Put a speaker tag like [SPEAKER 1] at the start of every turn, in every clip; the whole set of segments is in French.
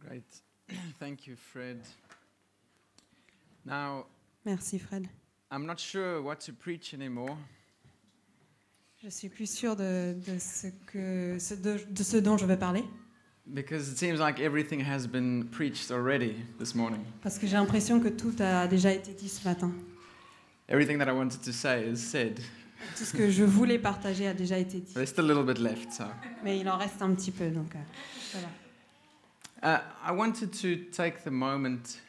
[SPEAKER 1] Great. Thank you, Fred. Now,
[SPEAKER 2] Merci Fred.
[SPEAKER 1] I'm not sure what to preach anymore.
[SPEAKER 2] Je suis plus sûre de, de ce que, ce- de, de ce dont je vais parler,
[SPEAKER 1] Because it seems like everything has been preached already this morning.
[SPEAKER 2] parce que j'ai l'impression que tout a déjà été dit ce matin.
[SPEAKER 1] Everything that I wanted to say is said.
[SPEAKER 2] Tout ce que je voulais partager a déjà été dit,
[SPEAKER 1] There's still a little bit left, so.
[SPEAKER 2] mais il en reste un petit peu, donc euh, voilà.
[SPEAKER 1] Uh, I wanted to take the moment,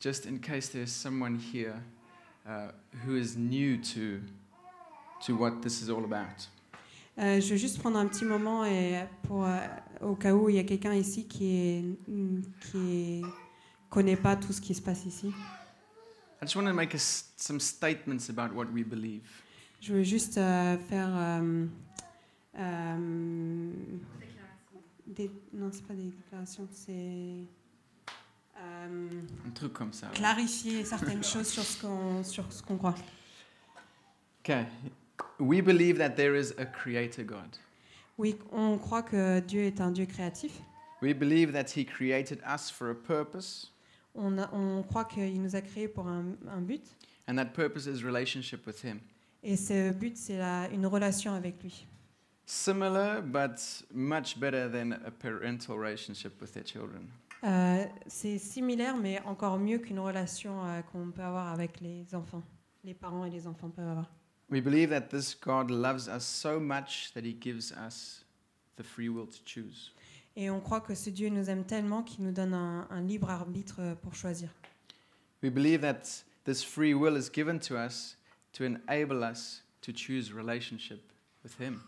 [SPEAKER 1] just in case there's someone here uh, who is new to, to what this is all about.
[SPEAKER 2] Euh, je veux juste prendre un petit moment et pour, euh, au cas où il y a quelqu'un ici qui est, qui est- connaît pas tout ce qui se passe ici.
[SPEAKER 1] I just want to make a s some statements about what we believe.
[SPEAKER 2] Je veux juste euh, faire euh, euh, des, non, c'est pas des déclarations, c'est euh,
[SPEAKER 1] Un truc comme ça.
[SPEAKER 2] clarifier certaines choses sur ce qu'on sur ce qu'on croit.
[SPEAKER 1] Okay. We believe that there is a creator God.
[SPEAKER 2] Oui, on croit que Dieu est un Dieu créatif.
[SPEAKER 1] We believe that he created us for a purpose,
[SPEAKER 2] On, a- on croit qu'il nous a créés pour un, un but,
[SPEAKER 1] and that purpose is relationship with him.
[SPEAKER 2] et ce but, c'est la- une relation avec lui.
[SPEAKER 1] Similar, but much better than a parental relationship with their children.
[SPEAKER 2] Euh, c'est similaire, mais encore mieux qu'une relation euh, qu'on peut avoir avec les enfants, les parents et les enfants peuvent avoir.
[SPEAKER 1] We believe that this God loves us so much that he gives us the free will to choose.
[SPEAKER 2] Et on croit que ce Dieu nous aime tellement qu'il nous donne un, un libre arbitre euh, pour choisir.
[SPEAKER 1] We believe that this free will is given to us to enable us to choose relationship with him.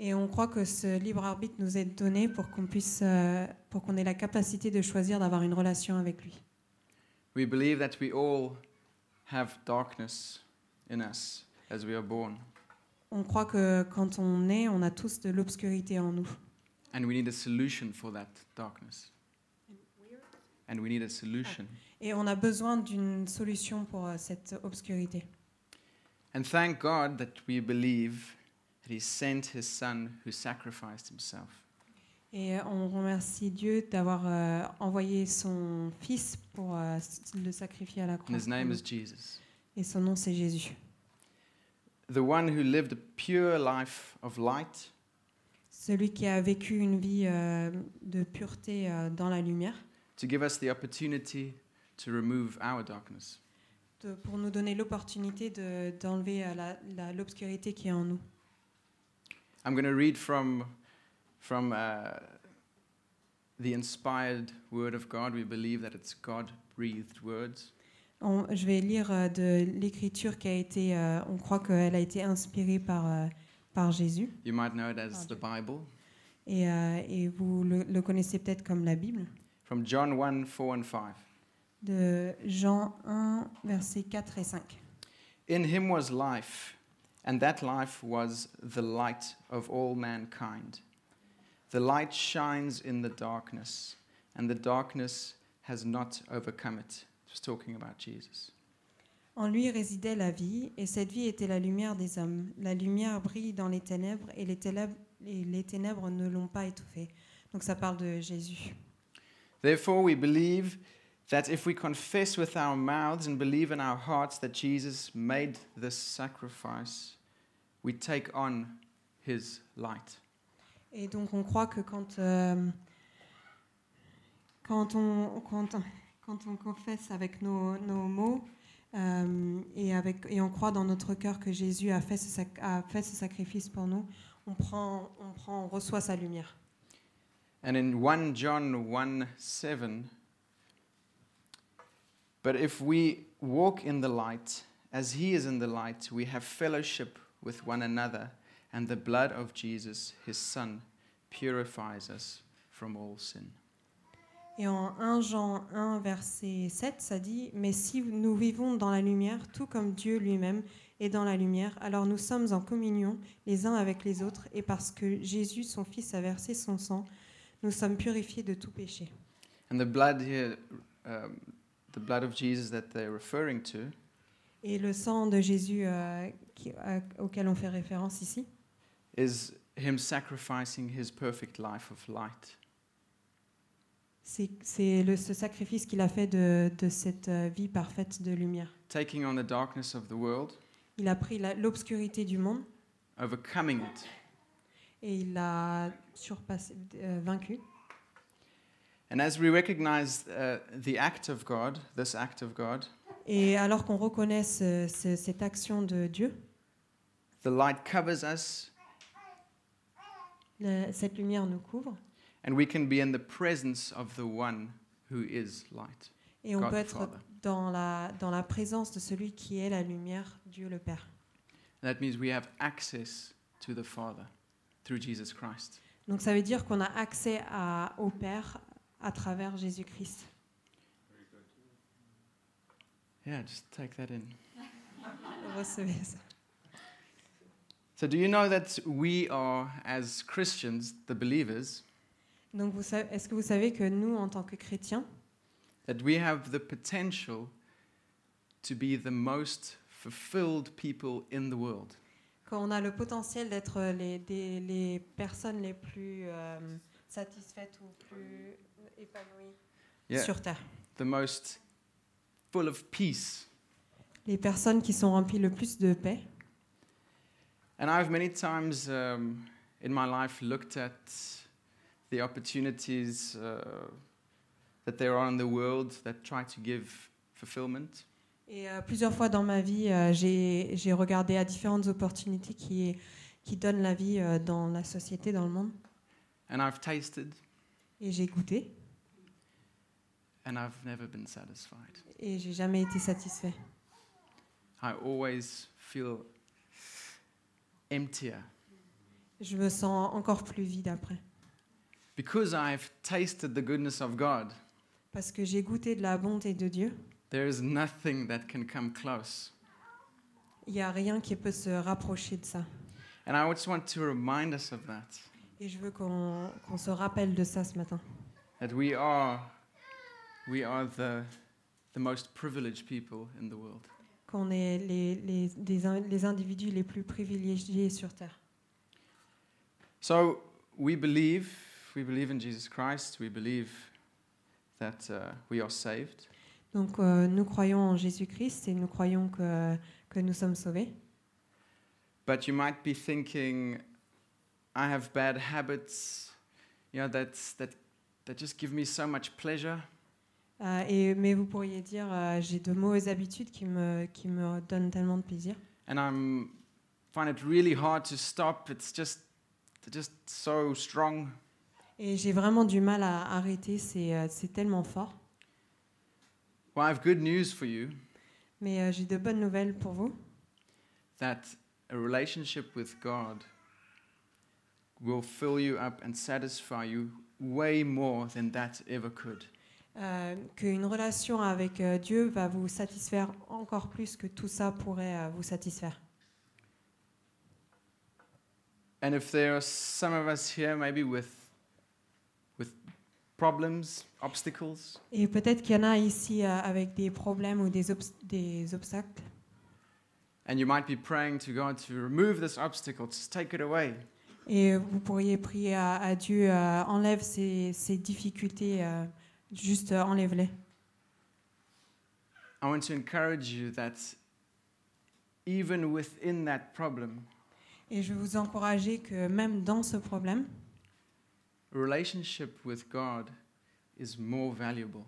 [SPEAKER 2] Et on croit que ce libre arbitre nous est donné pour qu'on puisse, euh, pour qu'on ait la capacité de choisir d'avoir une relation avec lui.
[SPEAKER 1] We believe that we all have darkness in us as we are born,
[SPEAKER 2] On croit que quand on est, on a tous de l'obscurité en nous.
[SPEAKER 1] and we need a solution for that darkness. And we need a solution.
[SPEAKER 2] Et on a besoin d'une solution pour euh, cette obscurité.
[SPEAKER 1] And thank God that we believe that He sent His Son who sacrificed Himself.
[SPEAKER 2] Et euh, on remercie Dieu d'avoir euh, envoyé son Fils pour euh, s- le sacrifier à la
[SPEAKER 1] And
[SPEAKER 2] croix.
[SPEAKER 1] His name is Jesus,
[SPEAKER 2] Et son nom, c'est Jésus.
[SPEAKER 1] the one who lived a pure life of light,
[SPEAKER 2] Celui qui a vécu une vie euh, de pureté euh, dans la lumière,
[SPEAKER 1] to give us the opportunity to remove our darkness.
[SPEAKER 2] de- pour nous donner l'opportunité de- d'enlever euh, la- la- l'obscurité qui est en nous.
[SPEAKER 1] I'm going to read from, from uh, the inspired Word of God. We believe that it's God breathed words.
[SPEAKER 2] On- je vais lire euh, de l'écriture qui a été, euh, on croit qu'elle a été inspirée par, euh, par Jésus,
[SPEAKER 1] You might know it as the Bible.
[SPEAKER 2] et, euh, et vous le, le connaissez peut-être comme la Bible,
[SPEAKER 1] From John 1 4 and 5.
[SPEAKER 2] de Jean 1, versets 4 et 5.
[SPEAKER 1] In him was life, and that life was the light of all mankind. The light shines in the darkness, and the darkness has not overcome it. Just talking about Jesus.
[SPEAKER 2] En lui résidait la vie, et cette vie était la lumière des hommes. La lumière brille dans les ténèbres, et les ténèbres, et les ténèbres ne l'ont pas étouffée. Donc ça parle de Jésus.
[SPEAKER 1] Therefore, we believe that if we confess with our mouths and believe in our hearts that Jesus made this sacrifice, we take on his light.
[SPEAKER 2] Et donc on croit que quand, euh, quand, on, quand, quand on confesse avec nos, nos mots, euh, et, avec, et on croit dans notre cœur que Jésus a fait ce, sac- a fait ce sacrifice pour nous, on, prend, on, prend, on reçoit sa lumière.
[SPEAKER 1] And in 1 John 1 7, but if we walk in the light, as he is in the light, we have fellowship with one another, and the blood of Jesus, his son, purifies us from all sin.
[SPEAKER 2] Et en 1 Jean 1, verset 7, ça dit, Mais si nous vivons dans la lumière, tout comme Dieu lui-même est dans la lumière, alors nous sommes en communion les uns avec les autres, et parce que Jésus, son Fils, a versé son sang, nous sommes purifiés de tout péché.
[SPEAKER 1] And the blood here, um, the blood of Jesus that they're referring to,
[SPEAKER 2] Et le sang de Jésus euh, qui- à- auquel on fait référence ici,
[SPEAKER 1] is him sacrificing his perfect life of light.
[SPEAKER 2] C'est c'est le- ce sacrifice qu'il a fait de, de cette euh, vie parfaite de lumière.
[SPEAKER 1] taking on the darkness of the world,
[SPEAKER 2] Il a pris la- l'obscurité du monde
[SPEAKER 1] overcoming it.
[SPEAKER 2] et il l'a surpassé, euh, vaincu.
[SPEAKER 1] And as we recognize uh, the act of God, this act of God,
[SPEAKER 2] Et alors qu'on reconnaît ce- ce- cette action de Dieu,
[SPEAKER 1] the light covers us
[SPEAKER 2] la- cette lumière nous couvre
[SPEAKER 1] and we can be in the presence of the one who is light.
[SPEAKER 2] et on
[SPEAKER 1] God
[SPEAKER 2] peut
[SPEAKER 1] the
[SPEAKER 2] être
[SPEAKER 1] Father.
[SPEAKER 2] dans la, dans la présence de celui qui est la lumière, Dieu le Père.
[SPEAKER 1] And that means we have access to the Father through Jesus Christ.
[SPEAKER 2] Donc ça veut dire qu'on a accès à- au Père à travers Jésus-Christ.
[SPEAKER 1] Yeah, just take that in.
[SPEAKER 2] Recevez ça.
[SPEAKER 1] So, do you know that we are, as Christians, the believers,
[SPEAKER 2] Donc vous sa- est-ce que vous savez que nous, en tant que chrétiens,
[SPEAKER 1] that we have the potential to be the most fulfilled people in the world?
[SPEAKER 2] qu'on a le potentiel d'être les, des- les personnes les plus euh, satisfaites ou plus épanouies
[SPEAKER 1] Yeah,
[SPEAKER 2] sur Terre
[SPEAKER 1] the most full of peace.
[SPEAKER 2] Les personnes qui sont remplies le plus de paix.
[SPEAKER 1] And I've many times um, in my life looked at the opportunities uh, that there are in the world that try to give fulfillment.
[SPEAKER 2] Et euh, plusieurs fois dans ma vie, euh, j'ai j'ai regardé à différentes opportunités qui, qui donnent la vie euh, dans la société, dans le monde.
[SPEAKER 1] And I've tasted,
[SPEAKER 2] Et j'ai goûté
[SPEAKER 1] and I've never been satisfied.
[SPEAKER 2] et j'ai jamais été satisfait.
[SPEAKER 1] I always feel emptier
[SPEAKER 2] Je me sens encore plus vide après.
[SPEAKER 1] because I've tasted the goodness of God.
[SPEAKER 2] Parce que j'ai goûté de la bonté de Dieu.
[SPEAKER 1] There is nothing that can come close.
[SPEAKER 2] Il n'y a rien qui peut se rapprocher de ça.
[SPEAKER 1] And I just want to remind us of that,
[SPEAKER 2] Et je veux qu'on qu'on se rappelle de ça ce matin.
[SPEAKER 1] that we are, we are the, the most privileged people in the world.
[SPEAKER 2] Qu'on est les, les, des in- les individus les plus privilégiés sur Terre.
[SPEAKER 1] So we believe, we believe in Jesus Christ, we believe that uh, we are saved,
[SPEAKER 2] Donc euh, nous croyons en Jésus-Christ et nous croyons que, que nous sommes sauvés.
[SPEAKER 1] but you might be thinking, I have bad habits, you know, that's, that, that just give me so much pleasure.
[SPEAKER 2] Euh, et, mais vous pourriez dire, euh, j'ai de mauvaises habitudes qui me, qui me donnent tellement de plaisir.
[SPEAKER 1] and I'm find it really hard to stop. It's just they're just so strong.
[SPEAKER 2] Et j'ai vraiment du mal à arrêter, c'est euh, c'est tellement fort.
[SPEAKER 1] Well, I have good news for you
[SPEAKER 2] Mais euh, j'ai de bonnes nouvelles pour vous.
[SPEAKER 1] that a relationship with God will fill you up and satisfy you way more than that ever could.
[SPEAKER 2] Euh, qu'une relation avec euh, Dieu va vous satisfaire encore plus que tout ça pourrait euh, vous satisfaire.
[SPEAKER 1] And if there are some of us here maybe with with problems, obstacles,
[SPEAKER 2] Et peut-être qu'il y en a ici euh, avec des problèmes ou des, obs- des obstacles.
[SPEAKER 1] and you might be praying to God to remove this obstacle, just take it away.
[SPEAKER 2] Et vous pourriez prier à, à Dieu, euh, enlève ces, ces difficultés, euh, juste euh, enlève-les.
[SPEAKER 1] I want to encourage you that even within that problem,
[SPEAKER 2] Et je vais vous encourager que même dans ce problème,
[SPEAKER 1] a relationship with God is more valuable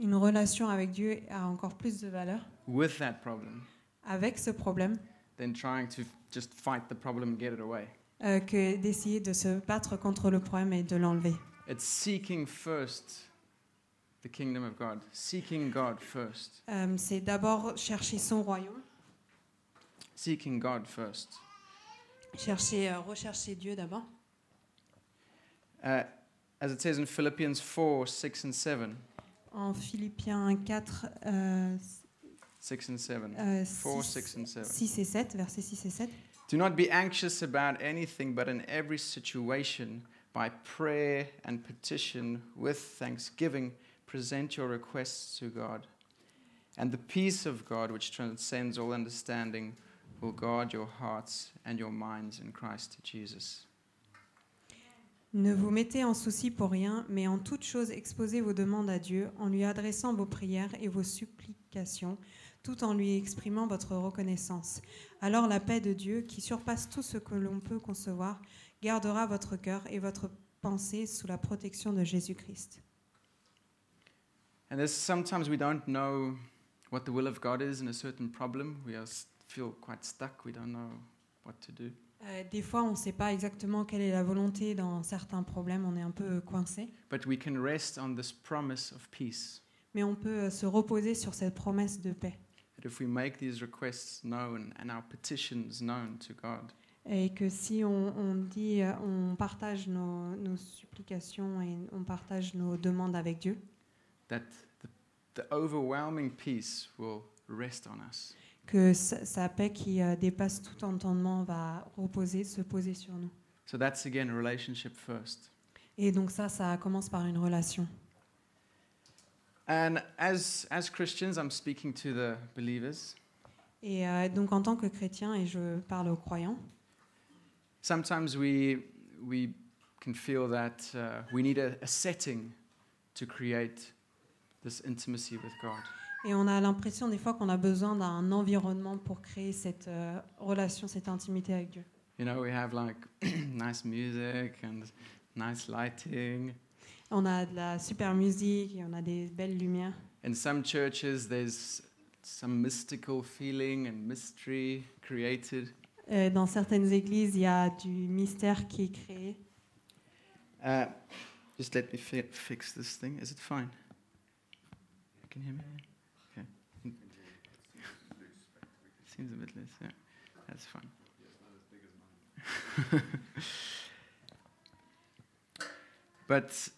[SPEAKER 2] une relation avec Dieu a encore plus de valeur
[SPEAKER 1] with that problem
[SPEAKER 2] avec ce problème
[SPEAKER 1] than trying to just fight the problem and get it away.
[SPEAKER 2] euh, que d'essayer de se battre contre le problème et de l'enlever.
[SPEAKER 1] It's seeking first the kingdom of God, seeking God first,
[SPEAKER 2] Euh, C'est d'abord chercher son royaume.
[SPEAKER 1] seeking God first.
[SPEAKER 2] Chercher, euh, rechercher Dieu d'abord.
[SPEAKER 1] Uh, as it says in Philippians 4 6 and 7,
[SPEAKER 2] En Philippiens 4, euh,
[SPEAKER 1] 6 and 7.
[SPEAKER 2] euh,
[SPEAKER 1] 4,
[SPEAKER 2] 6,
[SPEAKER 1] 6 and 7.
[SPEAKER 2] 6 et 7, versets 6 et 7.
[SPEAKER 1] Do not be anxious about anything, but in every situation, by prayer and petition, with thanksgiving, present your requests to God. And the peace of God, which transcends all understanding, will guard your hearts and your minds in Christ Jesus.
[SPEAKER 2] Ne vous mettez en souci pour rien, mais en toute chose exposez vos demandes à Dieu en lui adressant vos prières et vos supplications, tout en lui exprimant votre reconnaissance. Alors la paix de Dieu, qui surpasse tout ce que l'on peut concevoir, gardera votre cœur et votre pensée sous la protection de Jésus-Christ.
[SPEAKER 1] And as sometimes we don't know what the will of God is in a certain problem, we are, s- feel quite stuck, we don't know what to do.
[SPEAKER 2] Euh, des fois, on ne sait pas exactement quelle est la volonté dans certains problèmes, on est un peu coincé,
[SPEAKER 1] But we can rest on this promise of peace
[SPEAKER 2] mais on peut euh, se reposer sur cette promesse de paix.
[SPEAKER 1] that if we make these requests known and our petitions known to God,
[SPEAKER 2] Et que si on, on dit, euh, on partage nos, nos supplications et on partage nos demandes avec Dieu,
[SPEAKER 1] that the, the overwhelming peace will rest on us.
[SPEAKER 2] que sa, sa paix qui euh, dépasse tout entendement va reposer, se poser sur nous.
[SPEAKER 1] So that's again relationship first.
[SPEAKER 2] Et donc ça, ça commence par une relation.
[SPEAKER 1] And as, as Christians, I'm speaking to the believers.
[SPEAKER 2] Et euh, donc en tant que chrétien, et je parle aux croyants,
[SPEAKER 1] Sometimes we, we can feel that uh, we need a, a setting to create this intimacy with God.
[SPEAKER 2] et on a l'impression des fois qu'on a besoin d'un environnement pour créer cette euh, relation, cette intimité avec Dieu.
[SPEAKER 1] You know, we have like nice music and nice lighting.
[SPEAKER 2] On a de la super musique, et on a des belles lumières.
[SPEAKER 1] In some churches, there's some mystical feeling and mystery created.
[SPEAKER 2] Euh, dans certaines églises, il y a du mystère qui est créé.
[SPEAKER 1] Uh, just let me fi- fix this thing. Is it fine? Can you hear me? Okay. Seems a bit loose. Yeah, that's fine. but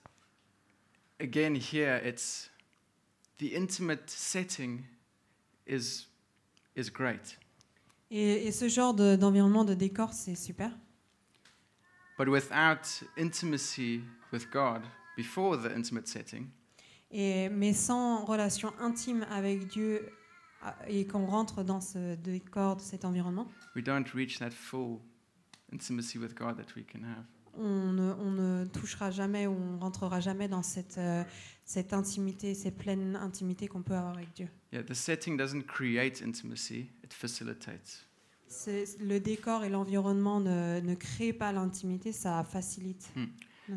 [SPEAKER 1] again, here it's the intimate setting is is great,
[SPEAKER 2] Et, et ce genre de- d'environnement, de décor, c'est super.
[SPEAKER 1] but without intimacy with God before the intimate setting,
[SPEAKER 2] Et, mais sans relation intime avec Dieu ah, et qu'on rentre dans ce décor, de cet environnement,
[SPEAKER 1] we don't reach that full intimacy with God that we can have.
[SPEAKER 2] on ne, on ne touchera jamais ou on rentrera jamais dans cette, euh, cette intimité, cette pleine intimité qu'on peut avoir avec Dieu.
[SPEAKER 1] Yeah, the setting doesn't create intimacy, it facilitates.
[SPEAKER 2] C'est- Le décor et l'environnement ne, ne créent pas l'intimité, ça facilite.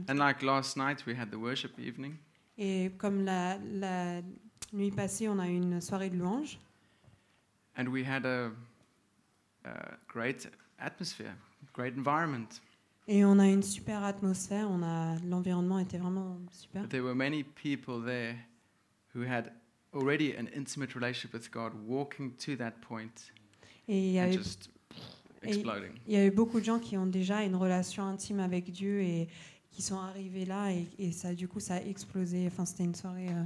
[SPEAKER 1] And like last night, we had the worship evening,
[SPEAKER 2] Et comme la, la nuit passée, on a eu une soirée de louanges
[SPEAKER 1] and we had a, a great atmosphere, great environment.
[SPEAKER 2] et on a une super atmosphère, on a l'environnement était vraiment super.
[SPEAKER 1] But there were many people there who had already an intimate relationship with God, walking to that point
[SPEAKER 2] Et il y
[SPEAKER 1] and
[SPEAKER 2] avait
[SPEAKER 1] just exploding.
[SPEAKER 2] Il y a eu beaucoup de gens qui ont déjà une relation intime avec Dieu et qui sont arrivés là et, et ça du coup ça a explosé. Enfin c'était une soirée. euh,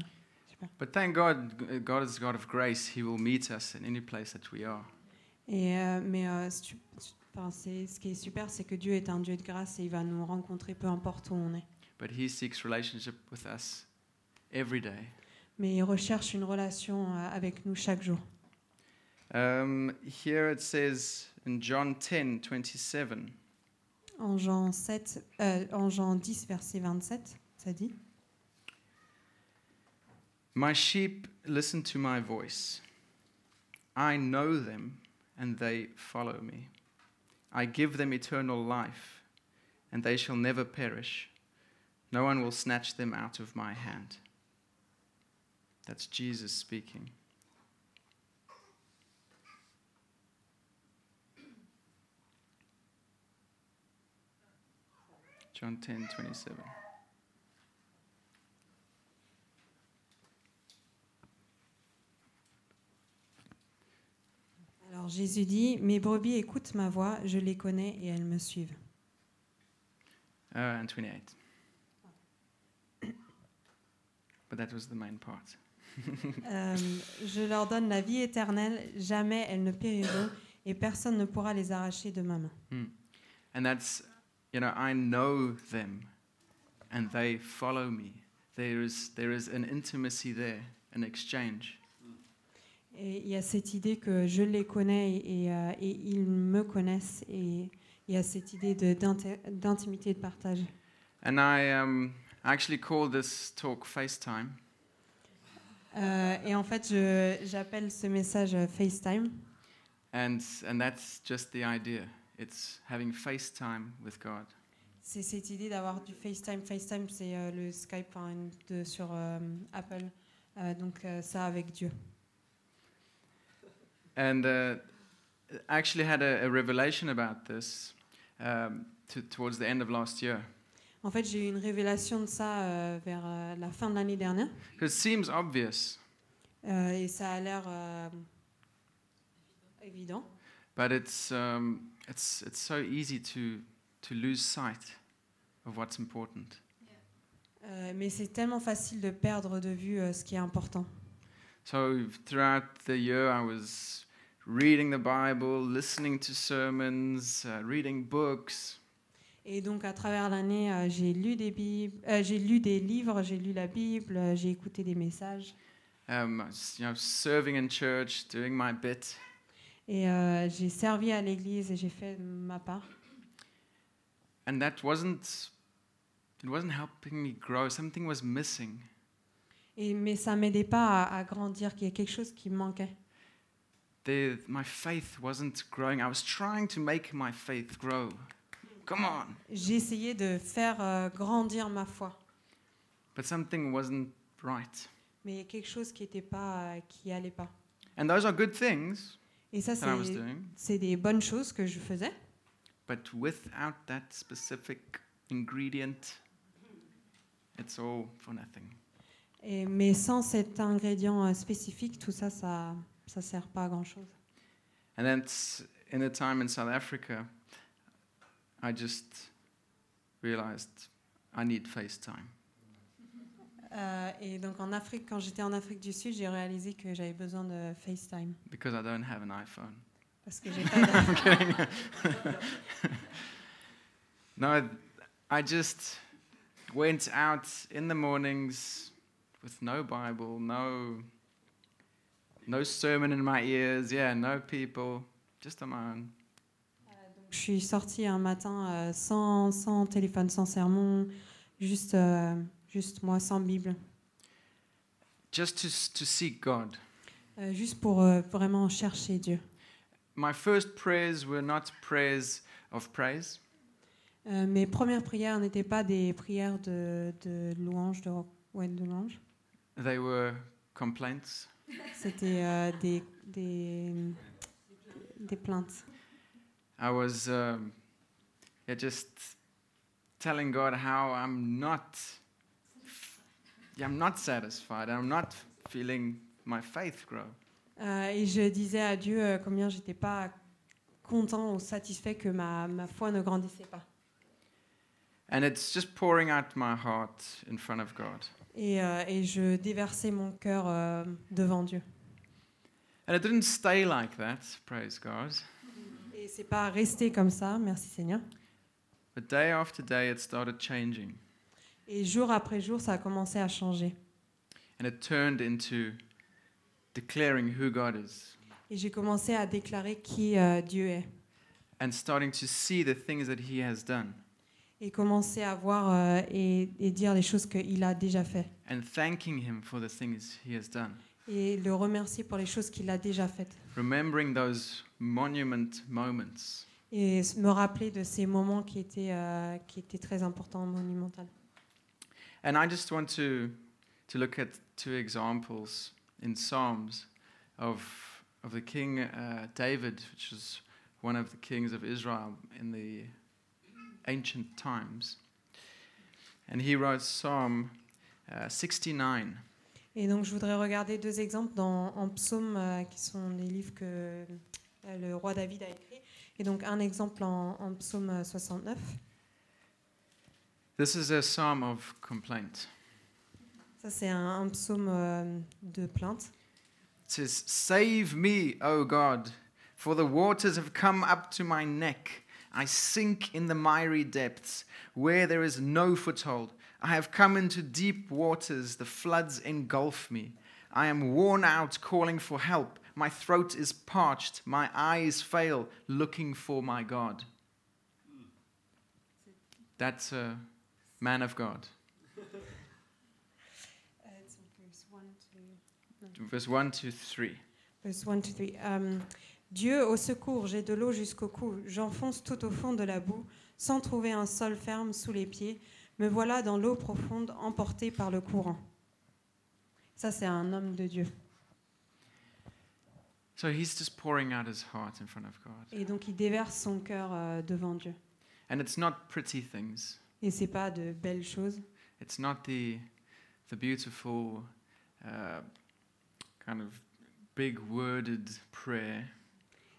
[SPEAKER 2] super.
[SPEAKER 1] But thank God, g- God is a God of grace. He will meet us in any place that we are.
[SPEAKER 2] Et euh, mais euh, stu- stu- enfin, c'est ce qui est super c'est que Dieu est un Dieu de grâce et il va nous rencontrer peu importe où on est.
[SPEAKER 1] But He seeks relationship with us every day.
[SPEAKER 2] Mais il recherche une relation euh, avec nous chaque jour.
[SPEAKER 1] Um, here it says in John 10 27,
[SPEAKER 2] En Jean 7, euh, en Jean 10 verset 27, ça dit.
[SPEAKER 1] My sheep listen to my voice. I know them, and they follow me. I give them eternal life, and they shall never perish. No one will snatch them out of my hand. That's Jesus speaking. John 10 27.
[SPEAKER 2] Alors Jésus dit mes brebis écoutent ma voix, je les connais et elles me suivent.
[SPEAKER 1] Uh, and 28. But that was the main part.
[SPEAKER 2] Euh, je leur donne la vie éternelle, jamais elles ne périront, et personne ne pourra les arracher de ma main.
[SPEAKER 1] And that's, you know, I know them and they follow me. There is, there is an intimacy there, an exchange.
[SPEAKER 2] Et il y a cette idée que je les connais et, euh, et ils me connaissent, et il y a cette idée de- d'inti- d'intimité et de partage.
[SPEAKER 1] And I um, I actually call this talk FaceTime
[SPEAKER 2] Euh, et en fait, je- j'appelle ce message euh, FaceTime.
[SPEAKER 1] and and that's just the idea. It's having FaceTime with God.
[SPEAKER 2] C'est cette idée d'avoir du FaceTime. FaceTime, c'est euh, le Skype hein, de, sur euh, Apple. Euh, donc euh, ça avec Dieu.
[SPEAKER 1] And uh, I actually had a, a revelation about this um, t- towards the end of last year.
[SPEAKER 2] En fait, j'ai eu une révélation de ça euh, vers euh, la fin de l'année dernière.
[SPEAKER 1] 'Cause it seems obvious,
[SPEAKER 2] Euh, et ça a l'air euh, évident.
[SPEAKER 1] but it's um, it's it's so easy to to lose sight of what's important.
[SPEAKER 2] Euh, mais c'est tellement facile de perdre de vue euh, ce qui est important.
[SPEAKER 1] So throughout the year, I was reading the Bible, listening to sermons, uh, reading books,
[SPEAKER 2] Et donc, à travers l'année, euh, j'ai lu des bibles, euh, j'ai lu des livres, j'ai lu la Bible, euh, j'ai écouté des messages.
[SPEAKER 1] um, I was, you know, serving in church, doing my bit,
[SPEAKER 2] Et euh, j'ai servi à l'église et j'ai fait ma part.
[SPEAKER 1] and that wasn't it wasn't helping me grow. Something was missing.
[SPEAKER 2] Et, mais ça m'aidait pas à, à grandir, qu'il y a quelque chose qui me manquait.
[SPEAKER 1] The, my faith wasn't growing. I was trying to make my faith grow. Come on,
[SPEAKER 2] J'ai essayé de faire euh, grandir ma foi,
[SPEAKER 1] but something wasn't right.
[SPEAKER 2] mais il y a quelque chose qui était pas, euh, qui allait pas.
[SPEAKER 1] And those are good things
[SPEAKER 2] Et ça,
[SPEAKER 1] that I was
[SPEAKER 2] c'est
[SPEAKER 1] doing,
[SPEAKER 2] c'est des bonnes choses que je faisais,
[SPEAKER 1] but without that specific ingredient, it's all for nothing.
[SPEAKER 2] et, mais sans cet ingrédient euh, spécifique, tout ça, ça, ça sert pas à grand chose.
[SPEAKER 1] And then s- in a time in South Africa, I just realized I need FaceTime.
[SPEAKER 2] Euh, et donc en Afrique, quand j'étais en Afrique du Sud, j'ai réalisé que j'avais besoin de FaceTime
[SPEAKER 1] because I don't have an iPhone.
[SPEAKER 2] parce que j'ai pas. d'a-
[SPEAKER 1] I'm kidding. no, I just went out in the mornings with no Bible, no no sermon in my ears, yeah, no people, just on my own.
[SPEAKER 2] Je suis sortie un matin euh, sans, sans téléphone, sans sermon, juste, euh, juste moi, sans Bible,
[SPEAKER 1] Just to s- to seek God.
[SPEAKER 2] Euh, juste pour euh, vraiment chercher Dieu.
[SPEAKER 1] My first prayers were not prayers of praise.
[SPEAKER 2] Euh, mes premières prières n'étaient pas des prières de, de louange, de, rec- ouais, de louange.
[SPEAKER 1] They were complaints.
[SPEAKER 2] C'était euh, des, des, des plaintes.
[SPEAKER 1] I was um, yeah, just telling God how I'm not, yeah, I'm not satisfied. I'm not feeling my faith grow.
[SPEAKER 2] Euh, et je disais à Dieu euh, combien j'étais pas content ou satisfait que ma, ma foi ne grandissait pas.
[SPEAKER 1] And it's just pouring out my heart in front of God.
[SPEAKER 2] Et, euh, et je déversais mon cœur euh, devant Dieu.
[SPEAKER 1] And it didn't stay like that, praise God.
[SPEAKER 2] Et c'est pas resté comme ça, merci Seigneur.
[SPEAKER 1] But day after day, it started changing.
[SPEAKER 2] Et jour après jour, ça a commencé à changer.
[SPEAKER 1] And it turned into declaring who God is
[SPEAKER 2] Et j'ai commencé à déclarer qui euh, Dieu est.
[SPEAKER 1] and starting to see the things that He has done
[SPEAKER 2] Et commencer à voir euh, et, et dire les choses qu'il a déjà fait.
[SPEAKER 1] and thanking Him for the things He has done.
[SPEAKER 2] Et le remercier pour les choses qu'il a déjà faites.
[SPEAKER 1] remembering those monument moments
[SPEAKER 2] Et s- me rappeler de ces moments qui étaient, euh, qui étaient très importants, monumentaux.
[SPEAKER 1] and i just want to to look at two examples in psalms of of the king uh, david which is one of the kings of israel in the ancient times and he wrote psalm uh, 69
[SPEAKER 2] Et donc, je voudrais regarder deux exemples dans, en psaumes euh, qui sont des livres que euh, le roi David a écrits. Et donc, un exemple en, en psaume euh, 69.
[SPEAKER 1] this is a psalm of complaint
[SPEAKER 2] Ça, c'est un, un psaume euh, de plainte.
[SPEAKER 1] it says save me o god for the waters have come up to my neck i sink in the miry depths where there is no foothold i have come into deep waters the floods engulf me i am worn out calling for help my throat is parched my eyes fail looking for my god that's a man of God.
[SPEAKER 2] Uh, it's in verse 1 to-
[SPEAKER 1] Verse 1 to 3.
[SPEAKER 2] verse 1 to 3. Um, Dieu, au secours, j'ai de l'eau jusqu'au cou, j'enfonce tout au fond de la boue, sans trouver un sol ferme sous les pieds, me voilà dans l'eau profonde, emporté par le courant. Ça, c'est un homme de Dieu.
[SPEAKER 1] So he's just pouring out his heart in front of God.
[SPEAKER 2] Et donc, il déverse son cœur euh, devant Dieu.
[SPEAKER 1] And it's not pretty things.
[SPEAKER 2] Et c'est pas de belles choses.
[SPEAKER 1] It's not the, the beautiful uh, kind of big worded prayer.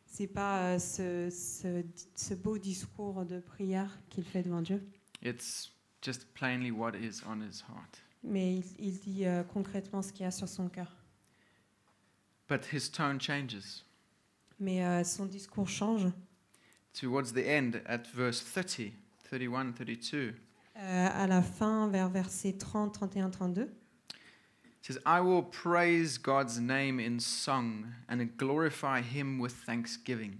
[SPEAKER 2] C'est pas euh, ce, ce- ce beau discours de prière qu'il fait devant Dieu.
[SPEAKER 1] It's just plainly what is on his heart.
[SPEAKER 2] Mais il, il dit euh, concrètement ce qu'il y a sur son cœur.
[SPEAKER 1] But his tone changes.
[SPEAKER 2] Mais euh, son discours change. euh,
[SPEAKER 1] Towards the end, at verse 30, 31, 32,
[SPEAKER 2] Euh, à la fin, vers versets 30, 31, 32,
[SPEAKER 1] It says, I will praise God's name in song and glorify him with thanksgiving.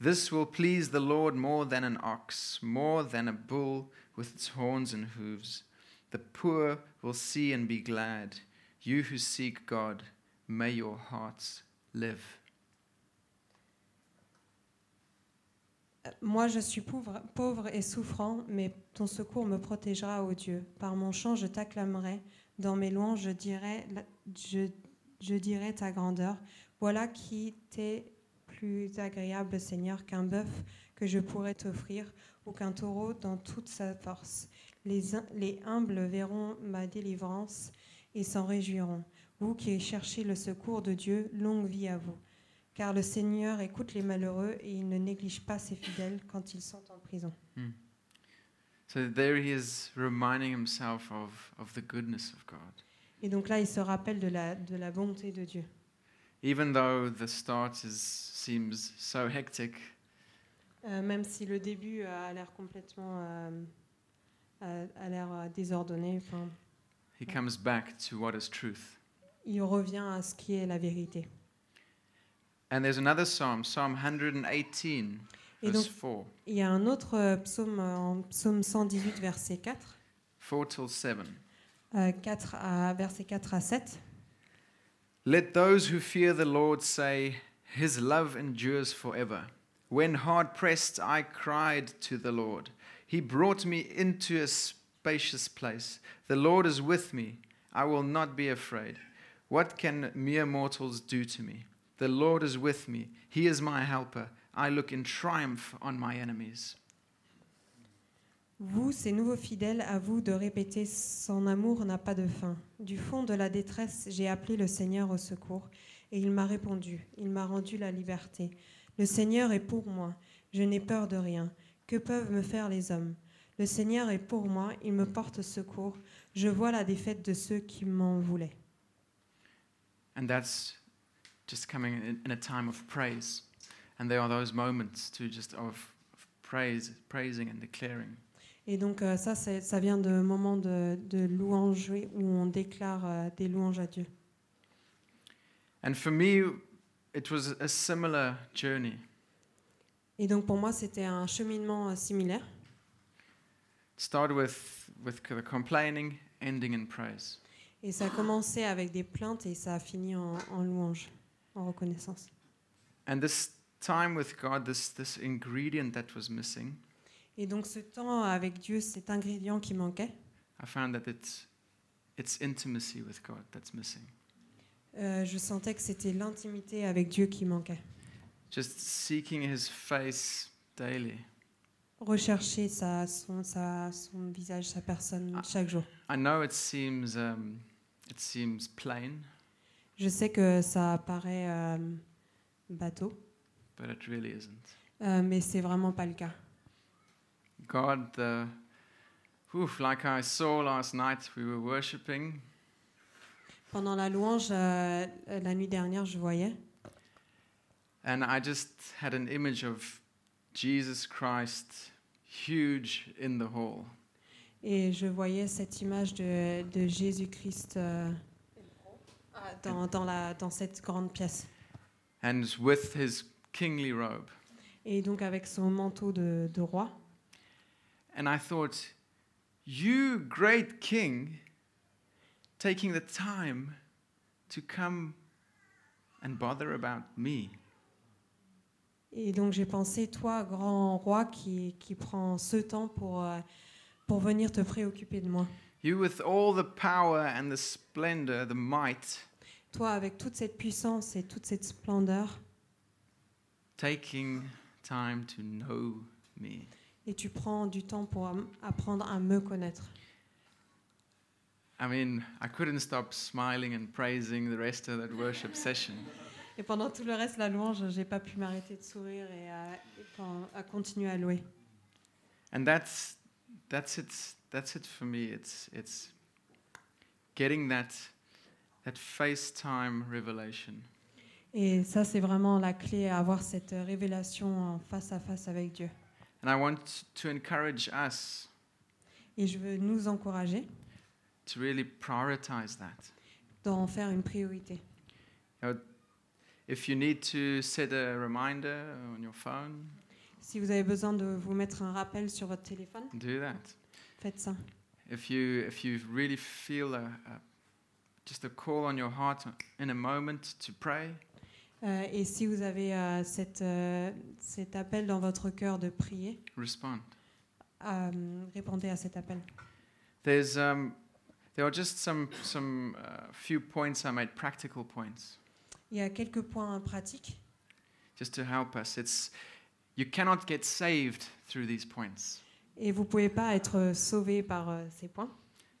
[SPEAKER 1] This will please the Lord more than an ox, more than a bull with its horns and hooves. The poor will see and be glad. You who seek God, may your hearts live.
[SPEAKER 2] Euh, Moi, je suis pauvre, pauvre et souffrant, mais ton secours me protégera, ô Dieu. Par mon chant, je t'acclamerai. Dans mes louanges, je dirai, la- je, je dirai ta grandeur. Voilà qui t'est plus agréable, Seigneur, qu'un bœuf que je pourrais t'offrir ou qu'un taureau dans toute sa force. Les, hum- les humbles verront ma délivrance et s'en réjouiront. Vous qui cherchez le secours de Dieu, longue vie à vous. Car le Seigneur écoute les malheureux et il ne néglige pas ses fidèles quand ils sont en prison.
[SPEAKER 1] So there he is reminding himself of, of the goodness of God.
[SPEAKER 2] Et donc là, il se rappelle de la, de la bonté de Dieu.
[SPEAKER 1] Even though the start is, seems so hectic,
[SPEAKER 2] Euh, même si le début euh, a l'air complètement. euh, a, a l'air euh, désordonné, enfin,
[SPEAKER 1] he comes back to what is truth.
[SPEAKER 2] il revient à ce qui est la vérité.
[SPEAKER 1] And there's another psalm, Psalm 118,
[SPEAKER 2] Et
[SPEAKER 1] verse
[SPEAKER 2] donc,
[SPEAKER 1] 4,
[SPEAKER 2] il y a un autre euh, psaume, euh, en psaume 118, verset 4,
[SPEAKER 1] 4 till 7.
[SPEAKER 2] euh, 4 à, verset 4 à 7.
[SPEAKER 1] Let those who fear the Lord say, His love endures forever. When hard pressed, I cried to the Lord. He brought me into a spacious place. The Lord is with me. I will not be afraid. What can mere mortals do to me? The Lord is with me. He is my helper. I look in triumph on my enemies.
[SPEAKER 2] Vous, ces nouveaux fidèles, à vous de répéter Son amour n'a pas de fin. Du fond de la détresse, j'ai appelé le Seigneur au secours, et il m'a répondu, il m'a rendu la liberté. Le Seigneur est pour moi, je n'ai peur de rien. Que peuvent me faire les hommes Le Seigneur est pour moi, il me porte secours, je vois la défaite de ceux qui m'en voulaient.
[SPEAKER 1] And that's just coming in, in a time of praise. And there are those moments too, just of, of praise, praising and declaring.
[SPEAKER 2] Et donc euh, ça, c'est- ça vient de moments de, de louange où on déclare euh, des louanges à Dieu.
[SPEAKER 1] And for me, it was a similar journey.
[SPEAKER 2] Et donc pour moi, c'était un cheminement euh, similaire.
[SPEAKER 1] Started with, with the complaining, ending in praise.
[SPEAKER 2] Et ça a commencé avec des plaintes et ça a fini en, en louange, en reconnaissance.
[SPEAKER 1] And this time with God, this, this ingredient that was missing,
[SPEAKER 2] Et donc ce temps avec Dieu, cet ingrédient qui manquait,
[SPEAKER 1] I found that it's, it's intimacy with God that's missing.
[SPEAKER 2] euh, je sentais que c'était l'intimité avec Dieu qui manquait.
[SPEAKER 1] Just seeking His face daily.
[SPEAKER 2] Rechercher sa, son, sa- son visage, sa personne
[SPEAKER 1] Ah.
[SPEAKER 2] chaque jour.
[SPEAKER 1] I know it seems, um, it seems plain,
[SPEAKER 2] Je sais que ça paraît euh, bateau,
[SPEAKER 1] but it really isn't.
[SPEAKER 2] euh, mais c'est vraiment pas le cas.
[SPEAKER 1] God, the, oof, like I saw last night, we were worshiping,
[SPEAKER 2] Pendant la louange, euh, la nuit dernière, je voyais,
[SPEAKER 1] and I just had an image of Jesus Christ, huge in the hall,
[SPEAKER 2] et je voyais cette image de, de Jésus-Christ euh, dans, dans la- dans cette grande pièce.
[SPEAKER 1] and with his kingly robe.
[SPEAKER 2] Et donc avec son manteau de, de roi.
[SPEAKER 1] And I thought, You, great King, taking the time to come and bother about me.
[SPEAKER 2] Et donc j'ai pensé, toi, grand roi qui, qui prend ce temps pour, euh, pour venir te préoccuper de moi,
[SPEAKER 1] You, with all the power and the splendor, the might,
[SPEAKER 2] toi avec toute cette puissance et toute cette splendeur,
[SPEAKER 1] taking time to know me.
[SPEAKER 2] et tu prends du temps pour am- apprendre à me connaître.
[SPEAKER 1] I mean, I couldn't stop smiling and praising the rest of that worship session.
[SPEAKER 2] Et pendant tout le reste, la louange, j'ai pas pu m'arrêter de sourire et, à, et pen- à continuer à louer.
[SPEAKER 1] And that's that's it. That's it for me. It's it's getting that that FaceTime revelation.
[SPEAKER 2] Et ça, c'est vraiment la clé à avoir cette révélation en face à face avec Dieu.
[SPEAKER 1] And I want to encourage us
[SPEAKER 2] Et je veux nous encourager
[SPEAKER 1] to really prioritize that.
[SPEAKER 2] d'en faire une priorité.
[SPEAKER 1] If you need to set a reminder on your phone,
[SPEAKER 2] Si vous avez besoin de vous mettre un rappel sur votre téléphone,
[SPEAKER 1] do that.
[SPEAKER 2] faites ça.
[SPEAKER 1] If you if you really feel a, a just a call on your heart in a moment to pray,
[SPEAKER 2] Euh, et si vous avez euh, cette, euh, cet appel dans votre cœur de prier,
[SPEAKER 1] respond.
[SPEAKER 2] euh, répondez à cet appel.
[SPEAKER 1] There's um, there are just some some uh, few points I made, practical points.
[SPEAKER 2] Il y a quelques points pratiques.
[SPEAKER 1] just to help us. It's you cannot get saved through these points.
[SPEAKER 2] Et vous ne pouvez pas être sauvé par euh, ces points.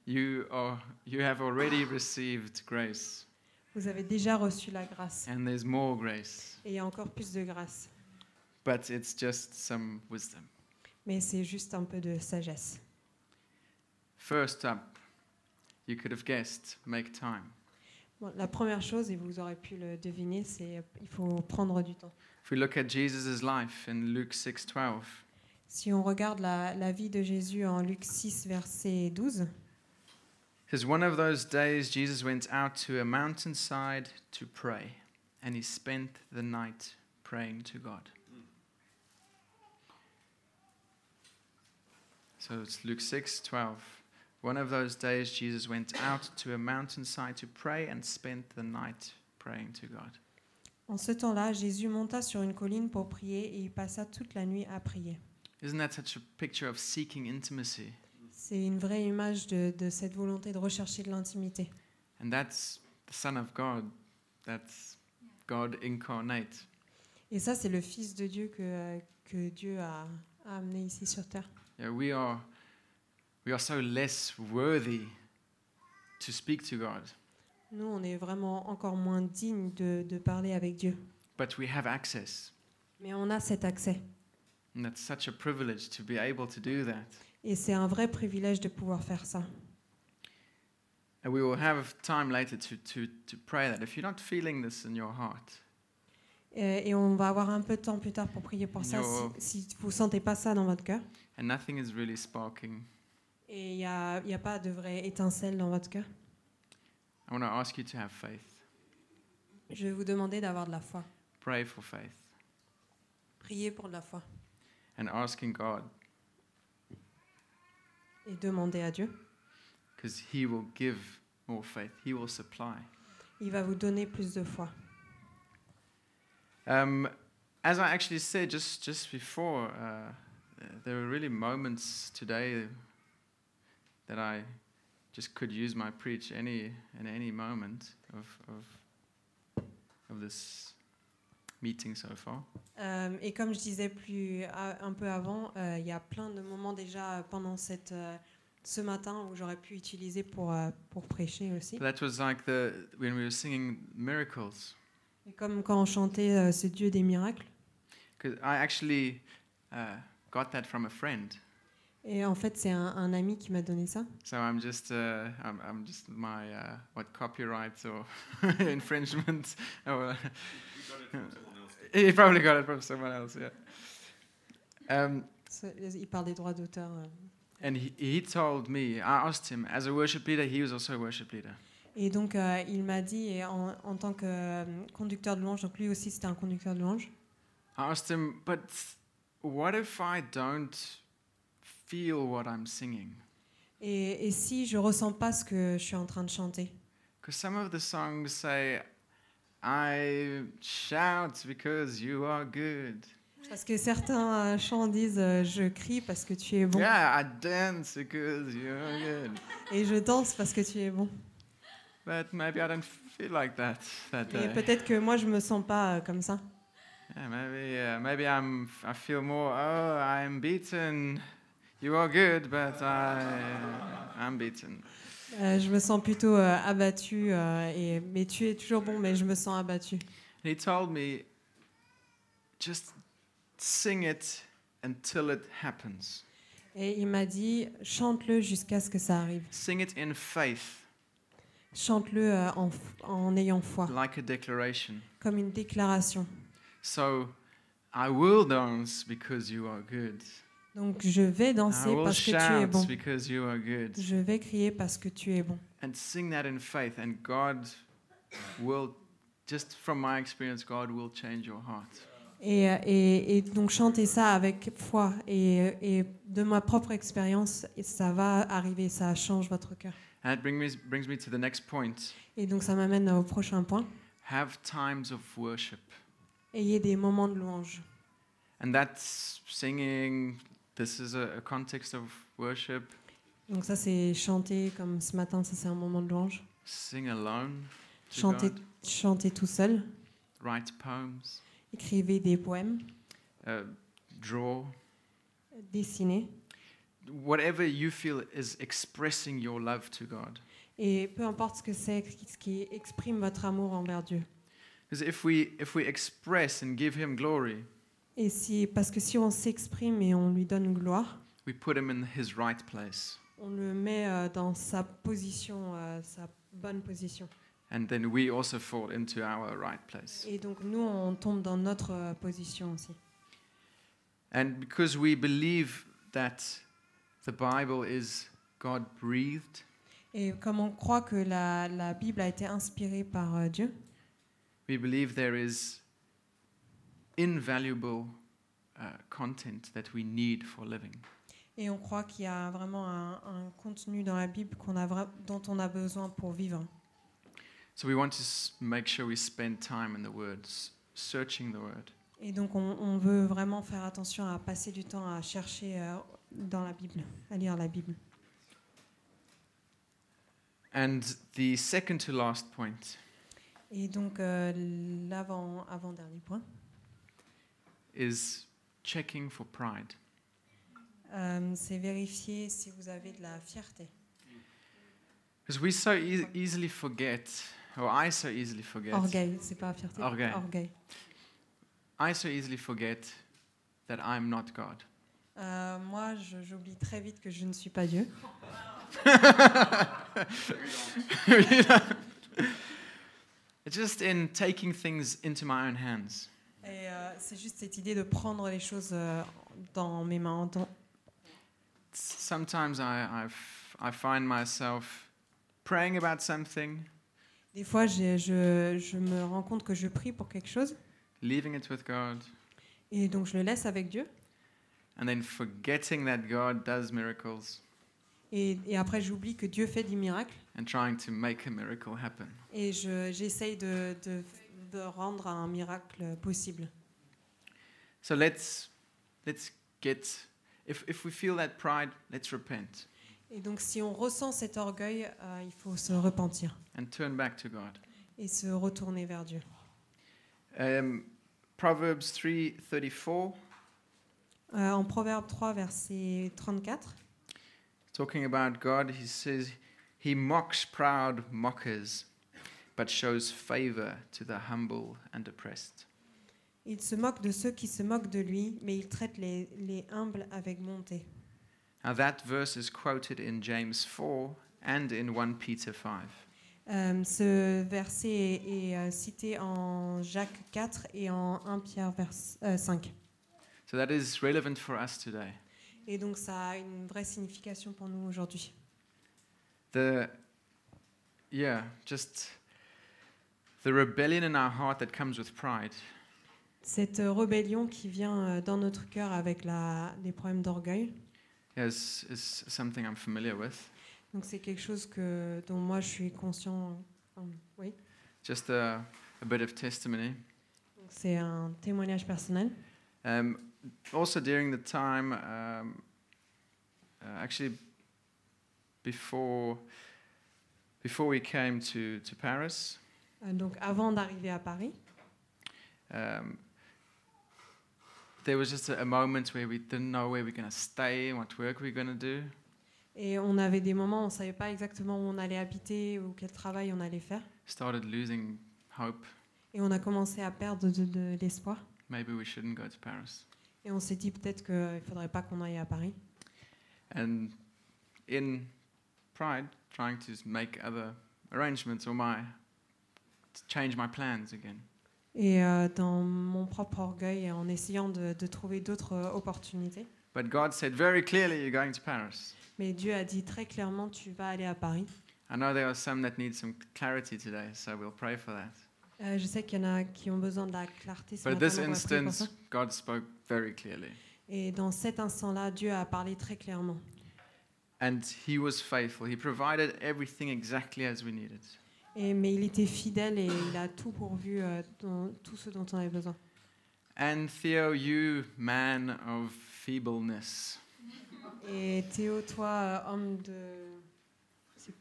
[SPEAKER 1] You are you have already received grace,
[SPEAKER 2] Vous avez déjà reçu la grâce.
[SPEAKER 1] and there's more grace,
[SPEAKER 2] Et il y a encore plus de grâce.
[SPEAKER 1] but it's just some wisdom.
[SPEAKER 2] Mais c'est juste un peu de sagesse.
[SPEAKER 1] First up, you could have guessed, make time.
[SPEAKER 2] Bon, la première chose, et vous aurez pu le deviner, c'est euh, il faut prendre du temps.
[SPEAKER 1] If we look at Jesus' life in Luke 6:12,
[SPEAKER 2] Si on regarde la, la vie de Jésus en Luc 6, verset 12,
[SPEAKER 1] says one of those days Jesus went out to a mountainside to pray, and he spent the night praying to God. So it's Luke 6 12. One of those days, Jesus went out to a mountainside to pray and spent the night praying to God.
[SPEAKER 2] En ce temps-là, Jésus monta sur une colline pour prier et il passa toute la nuit à prier.
[SPEAKER 1] Isn't that such a picture of seeking intimacy?
[SPEAKER 2] C'est une vraie image de, de cette volonté de rechercher de l'intimité.
[SPEAKER 1] And that's the Son of God. That's God incarnate.
[SPEAKER 2] Et ça, c'est le Fils de Dieu que, euh, que Dieu a, a amené ici sur Terre.
[SPEAKER 1] You know, we are we are so less worthy to speak to God,
[SPEAKER 2] Nous, on est vraiment encore moins dignes de, de parler avec Dieu.
[SPEAKER 1] but we have access.
[SPEAKER 2] Mais on a cet accès.
[SPEAKER 1] And that's such a privilege to be able to do that.
[SPEAKER 2] Et c'est un vrai privilège de pouvoir faire ça.
[SPEAKER 1] And we will have time later to, to, to pray that. If you're not feeling this in your heart,
[SPEAKER 2] Euh, Et on va avoir un peu de temps plus tard pour prier pour ça
[SPEAKER 1] Yo.
[SPEAKER 2] si, si vous ne sentez pas ça dans votre cœur.
[SPEAKER 1] and nothing is really sparking,
[SPEAKER 2] Et il n'y a, il y a pas de vraie étincelle dans votre cœur.
[SPEAKER 1] I want to ask you to have faith.
[SPEAKER 2] Je vais vous demander d'avoir de la foi.
[SPEAKER 1] Pray for faith
[SPEAKER 2] Priez pour de la foi
[SPEAKER 1] and asking God,
[SPEAKER 2] et demandez à Dieu.
[SPEAKER 1] because He will give more faith, He will supply.
[SPEAKER 2] Il va vous donner plus de foi.
[SPEAKER 1] Um, as I actually said just just before, uh, there were really moments today that I just could use my preach any in any moment of of of this meeting so far.
[SPEAKER 2] Euh, et comme je disais plus à- un peu avant, euh, il y a plein de moments déjà pendant cette, euh, ce matin où j'aurais pu utiliser pour, euh, pour prêcher aussi.
[SPEAKER 1] That was like the when we were singing miracles,
[SPEAKER 2] Et comme quand on chantait euh, ce Dieu des miracles.
[SPEAKER 1] because I actually uh, got that from a friend.
[SPEAKER 2] Et en fait, c'est un, un ami qui m'a donné ça.
[SPEAKER 1] So I'm just, uh, I'm, I'm just my uh, what copyright or infringement. or- He probably got it from someone else. Yeah. Um,
[SPEAKER 2] Ce- Il parle des droits d'auteur. euh.
[SPEAKER 1] and he, he told me, I asked him as a worship leader. He was also a worship leader.
[SPEAKER 2] Et donc, euh, il m'a dit, et en, en tant que euh, conducteur de louange, donc lui aussi c'était un conducteur de louange,
[SPEAKER 1] I asked him, but what if I don't feel what I'm singing?
[SPEAKER 2] Et, et si je ressens pas ce que je suis en train de chanter
[SPEAKER 1] Because some of the songs say, I shout because you are good.
[SPEAKER 2] Parce que certains euh, chants disent euh, je crie parce que tu es bon
[SPEAKER 1] Yeah, I dance because you are good.
[SPEAKER 2] et je danse parce que tu es bon.
[SPEAKER 1] But maybe I don't feel like that that
[SPEAKER 2] Et
[SPEAKER 1] day.
[SPEAKER 2] peut-être que moi je me sens pas euh, comme ça.
[SPEAKER 1] Yeah, maybe uh, maybe I'm I feel more. Oh, I'm beaten. You are good, but I I'm beaten.
[SPEAKER 2] Euh, je me sens plutôt euh, abattue euh, et mais tu es toujours bon mais je me sens abattue.
[SPEAKER 1] And he told me, just sing it until it happens.
[SPEAKER 2] Et il m'a dit chante-le jusqu'à ce que ça arrive.
[SPEAKER 1] Sing it in faith,
[SPEAKER 2] Chante-le euh, en, f- en ayant foi
[SPEAKER 1] like a declaration.
[SPEAKER 2] comme une déclaration.
[SPEAKER 1] So, I will dance because you are good.
[SPEAKER 2] Donc je vais
[SPEAKER 1] I
[SPEAKER 2] danser
[SPEAKER 1] will
[SPEAKER 2] parce que Ah, tu es
[SPEAKER 1] shout
[SPEAKER 2] bon.
[SPEAKER 1] because you are good.
[SPEAKER 2] Je vais crier parce que tu es bon.
[SPEAKER 1] and sing that in faith and god will just from my experience god will change your heart
[SPEAKER 2] Et, euh, et- et donc chanter ça avec foi. Et, euh, et de ma propre expérience, et ça va arriver, ça change votre cœur.
[SPEAKER 1] and it bring me, brings me to the next point
[SPEAKER 2] Et donc ça m'amène au prochain point.
[SPEAKER 1] have times of worship
[SPEAKER 2] Ayez des moments de louange.
[SPEAKER 1] and that's singing this is a, a context of worship
[SPEAKER 2] Donc ça c'est chanter comme ce matin, ça c'est un moment de louange.
[SPEAKER 1] sing alone to
[SPEAKER 2] Chanter,
[SPEAKER 1] God,
[SPEAKER 2] chanter tout seul,
[SPEAKER 1] write poems
[SPEAKER 2] écrivez des poèmes,
[SPEAKER 1] uh, draw
[SPEAKER 2] dessiner.
[SPEAKER 1] whatever you feel is expressing your love to god
[SPEAKER 2] Et peu importe ce que c'est, ce qui exprime votre amour envers Dieu.
[SPEAKER 1] because if we if we express and give him glory
[SPEAKER 2] Et si, parce que si on s'exprime et on lui donne gloire,
[SPEAKER 1] we put him in his right place
[SPEAKER 2] on le met euh, dans sa position, euh, sa bonne position.
[SPEAKER 1] And then we also fall into our right place.
[SPEAKER 2] Et donc nous, on tombe dans notre euh, position aussi.
[SPEAKER 1] And because we believe that the Bible is God breathed,
[SPEAKER 2] Et comme on croit que la, la Bible a été inspirée par euh, Dieu,
[SPEAKER 1] we believe there is invaluable uh, content that we need for living.
[SPEAKER 2] et on croit qu'il y a vraiment un, un contenu dans la Bible qu'on a vra- dont on a besoin pour vivre.
[SPEAKER 1] So we want to s- make sure we spend time in the words, searching the Word.
[SPEAKER 2] Et donc on, on veut vraiment faire attention à passer du temps à chercher euh, dans la Bible, à lire la Bible.
[SPEAKER 1] And the second to last point
[SPEAKER 2] Et donc euh, l'avant- avant-dernier point,
[SPEAKER 1] is checking for pride.
[SPEAKER 2] euh, c'est vérifier si vous avez de la fierté.
[SPEAKER 1] Because we so eas easily forget, or I so easily forget.
[SPEAKER 2] Orgueil, c'est pas fierté.
[SPEAKER 1] Orgueil. I so easily forget that I'm not God.
[SPEAKER 2] Euh, moi, je- j'oublie très vite que je ne suis pas Dieu.
[SPEAKER 1] You know? Just in taking things into my own hands.
[SPEAKER 2] Et euh, c'est juste cette idée de prendre les choses euh, dans mes mains. dans-
[SPEAKER 1] S- Sometimes I, I, f- I find myself praying about something,
[SPEAKER 2] Des fois, j'ai- je, je me rends compte que je prie pour quelque chose
[SPEAKER 1] leaving it with God,
[SPEAKER 2] et donc je le laisse avec Dieu.
[SPEAKER 1] and then forgetting that God does miracles
[SPEAKER 2] Et, et après, j'oublie que Dieu fait des miracles
[SPEAKER 1] and trying to make a miracle happen.
[SPEAKER 2] et je- j'essaye de, de- de rendre un miracle possible.
[SPEAKER 1] So let's, let's get, if, if we feel that pride, let's repent
[SPEAKER 2] Et donc, si on ressent cet orgueil, euh, il faut se repentir
[SPEAKER 1] and turn back to God.
[SPEAKER 2] et se retourner vers Dieu.
[SPEAKER 1] Um, Proverbs 3:34
[SPEAKER 2] Euh, en Proverbe 3, verset 34.
[SPEAKER 1] talking about God he says he mocks proud mockers but shows favor to the humble and oppressed.
[SPEAKER 2] Il se moque de ceux qui se moquent de lui, mais il traite les, les humbles avec bonté.
[SPEAKER 1] Now that verse is quoted in James 4 and in 1 Peter 5.
[SPEAKER 2] Euh, ce verset est, est, euh, cité en Jacques 4 et en 1 Pierre vers, euh, 5.
[SPEAKER 1] So that is relevant for us today.
[SPEAKER 2] Et donc ça a une vraie signification pour nous aujourd'hui.
[SPEAKER 1] The yeah, just the rebellion in our heart that comes with pride
[SPEAKER 2] Cette euh, rébellion qui vient euh, dans notre cœur avec la, les problèmes d'orgueil,
[SPEAKER 1] is, is something I'm familiar with.
[SPEAKER 2] Donc c'est quelque chose que, dont moi je suis conscient. Enfin, oui.
[SPEAKER 1] Just a, a bit of testimony.
[SPEAKER 2] Donc, C'est un témoignage personnel.
[SPEAKER 1] Um, also, during the time, um, uh, actually, before, before we came to, to Paris,
[SPEAKER 2] Euh, Donc avant d'arriver à Paris,
[SPEAKER 1] um, there was just a, a moment where we didn't know where we were going to stay, what work we were going to do.
[SPEAKER 2] et on avait des moments où on savait pas exactement où on allait habiter ou quel travail on allait faire.
[SPEAKER 1] Started losing hope.
[SPEAKER 2] Et on a commencé à perdre de, de l'espoir.
[SPEAKER 1] Maybe we shouldn't go to Paris.
[SPEAKER 2] Et on s'est dit peut-être qu'il ne faudrait pas qu'on aille à Paris.
[SPEAKER 1] And in pride, trying to make other arrangements or my to change my plans again.
[SPEAKER 2] Et euh, dans mon propre orgueil, et en essayant de, de trouver d'autres euh, opportunités.
[SPEAKER 1] But God said very clearly, You're going to Paris.
[SPEAKER 2] Mais Dieu a dit très clairement, tu vas aller à Paris.
[SPEAKER 1] I know there are some that need some clarity today, so we'll pray for that.
[SPEAKER 2] Euh, je sais qu'il y en a qui ont besoin de la clarté. ce
[SPEAKER 1] But
[SPEAKER 2] matin,
[SPEAKER 1] this
[SPEAKER 2] donc on va prier pour
[SPEAKER 1] instance,
[SPEAKER 2] ça.
[SPEAKER 1] God spoke very clearly.
[SPEAKER 2] Et dans cet instant-là, Dieu a parlé très clairement.
[SPEAKER 1] And He was faithful. He provided everything exactly as we needed.
[SPEAKER 2] Et, mais il était fidèle et il a tout pourvu, euh, dans- tout ce dont on avait besoin.
[SPEAKER 1] And Theo, you man of feebleness,
[SPEAKER 2] Et Théo, toi, euh, homme de... c'est-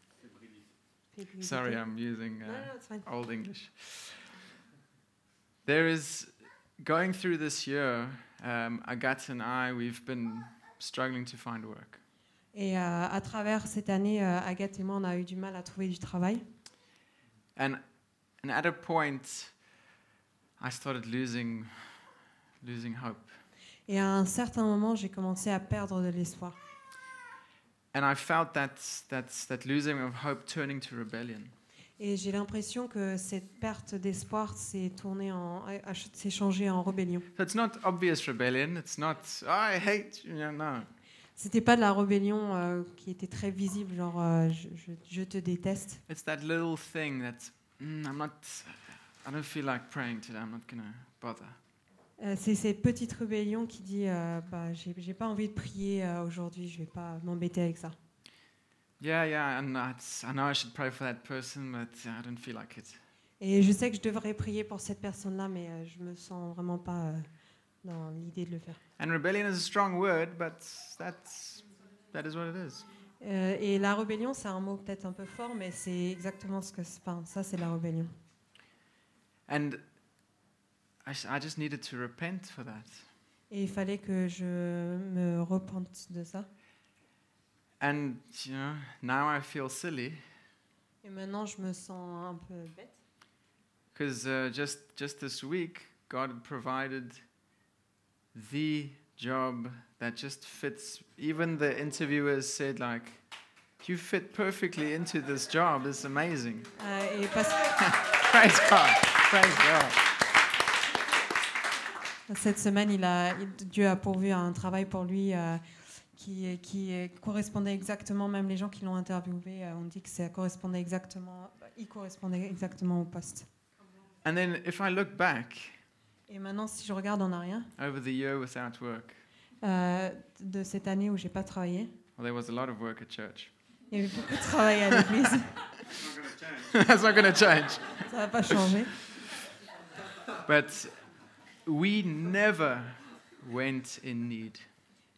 [SPEAKER 2] Fébrilité.
[SPEAKER 1] sorry, I'm using
[SPEAKER 2] Non,
[SPEAKER 1] uh,
[SPEAKER 2] non, it's fine.
[SPEAKER 1] Old English. There is going through this year. Um, Agat and I, we've been struggling to find work,
[SPEAKER 2] Et euh, à travers cette année, euh, Agathe et moi, on a eu du mal à trouver du travail.
[SPEAKER 1] and and at a point, I started losing losing hope,
[SPEAKER 2] Et à un certain moment, j'ai commencé à perdre de l'espoir.
[SPEAKER 1] and I felt that that that losing of hope turning to rebellion.
[SPEAKER 2] Et j'ai l'impression que cette perte d'espoir s'est tournée en, a- a- s'est changée en rébellion.
[SPEAKER 1] So it's not obvious rebellion. It's not "Oh, I hate you. know, No,
[SPEAKER 2] C'était pas de la rébellion euh, qui était très visible, genre euh, je, je- je te déteste.
[SPEAKER 1] it's that little thing that mm, I'm not. I don't feel like praying today. I'm not gonna bother.
[SPEAKER 2] Euh, c'est cette petite rébellion qui dit euh, bah, j'ai j'ai pas envie de prier euh, aujourd'hui, je vais pas m'embêter avec ça.
[SPEAKER 1] Yeah, yeah, and that's, I know I should pray for that person, but I don't feel like it.
[SPEAKER 2] Et je sais que je devrais prier pour cette personne-là, mais euh, je me sens vraiment pas euh, dans l'idée de le faire.
[SPEAKER 1] And rebellion is a strong word, but that's that is what it is.
[SPEAKER 2] Euh, et la rébellion, c'est un mot peut-être un peu fort, mais c'est exactement ce que c'est. Enfin, ça, c'est la rébellion.
[SPEAKER 1] And I, s- I just needed to repent for that.
[SPEAKER 2] Et il fallait que je me repente de ça.
[SPEAKER 1] And you know, now I feel silly
[SPEAKER 2] Et maintenant, je me sens un peu bête.
[SPEAKER 1] because uh, just just this week God provided the job that just fits. Even the interviewers said like, "You fit perfectly into this job. It's amazing."
[SPEAKER 2] Euh, et parce que
[SPEAKER 1] Praise God. Praise God.
[SPEAKER 2] cette semaine, il a, il- Dieu a pourvu un travail pour lui euh, qui, qui euh, correspondait exactement, même les gens qui l'ont interviewé, euh, ont dit que ça correspondait exactement, il correspondait exactement au poste.
[SPEAKER 1] And then if I look back
[SPEAKER 2] Et maintenant, si je regarde en arrière,
[SPEAKER 1] over the year without work,
[SPEAKER 2] euh, de cette année où j'ai pas travaillé,
[SPEAKER 1] well, there was a lot of work at church.
[SPEAKER 2] il y avait beaucoup de travail à l'église,
[SPEAKER 1] That's not going to change.
[SPEAKER 2] ça va pas changer.
[SPEAKER 1] But we never went in need.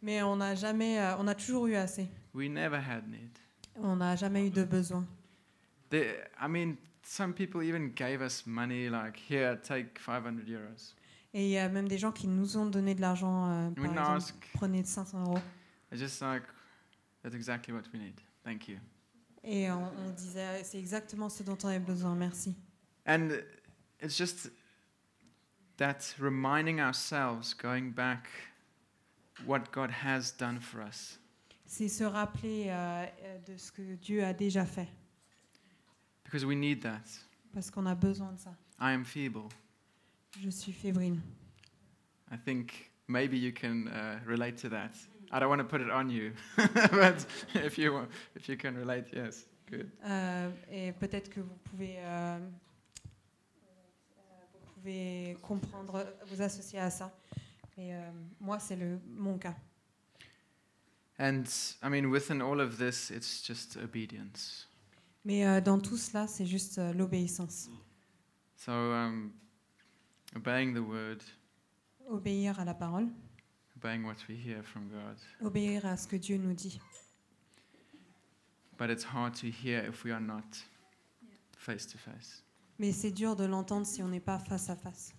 [SPEAKER 2] Mais on n'a jamais, euh, on a toujours eu assez.
[SPEAKER 1] We never had need.
[SPEAKER 2] On n'a jamais eu de besoin.
[SPEAKER 1] The, I mean, some people even gave us money, like, here, take 500 euros.
[SPEAKER 2] Et il y a même des gens qui nous ont donné de l'argent. euh,
[SPEAKER 1] And we
[SPEAKER 2] par
[SPEAKER 1] didn't
[SPEAKER 2] exemple,
[SPEAKER 1] ask.
[SPEAKER 2] prenez de 500 euros.
[SPEAKER 1] It's just like, that's exactly what we need. Thank you.
[SPEAKER 2] Et on, on disait, euh, c'est exactement ce dont on avait besoin, merci.
[SPEAKER 1] And it's just that reminding ourselves, going back, what God has done for us.
[SPEAKER 2] C'est se rappeler euh, euh, de ce que Dieu a déjà fait,
[SPEAKER 1] Because we need that.
[SPEAKER 2] parce qu'on a besoin de ça.
[SPEAKER 1] I am feeble.
[SPEAKER 2] Je suis fébrile.
[SPEAKER 1] I think maybe you can uh, relate to that. I don't want to put it on you, but if you wa- if you can relate, yes, good.
[SPEAKER 2] Euh, et peut-être que vous pouvez, euh, vous pouvez comprendre, vous associer à ça. Mais euh, moi, c'est le, mon cas.
[SPEAKER 1] And I mean, within all of this, it's just obedience.
[SPEAKER 2] Mais euh, dans tout cela, c'est juste euh, l'obéissance.
[SPEAKER 1] So, um, obeying the word,
[SPEAKER 2] Obéir à la parole,
[SPEAKER 1] obeying what we hear from God.
[SPEAKER 2] obéir à ce que Dieu nous dit.
[SPEAKER 1] But it's hard to hear if we are not face to face.
[SPEAKER 2] Mais c'est dur de l'entendre si on n'est pas face à face.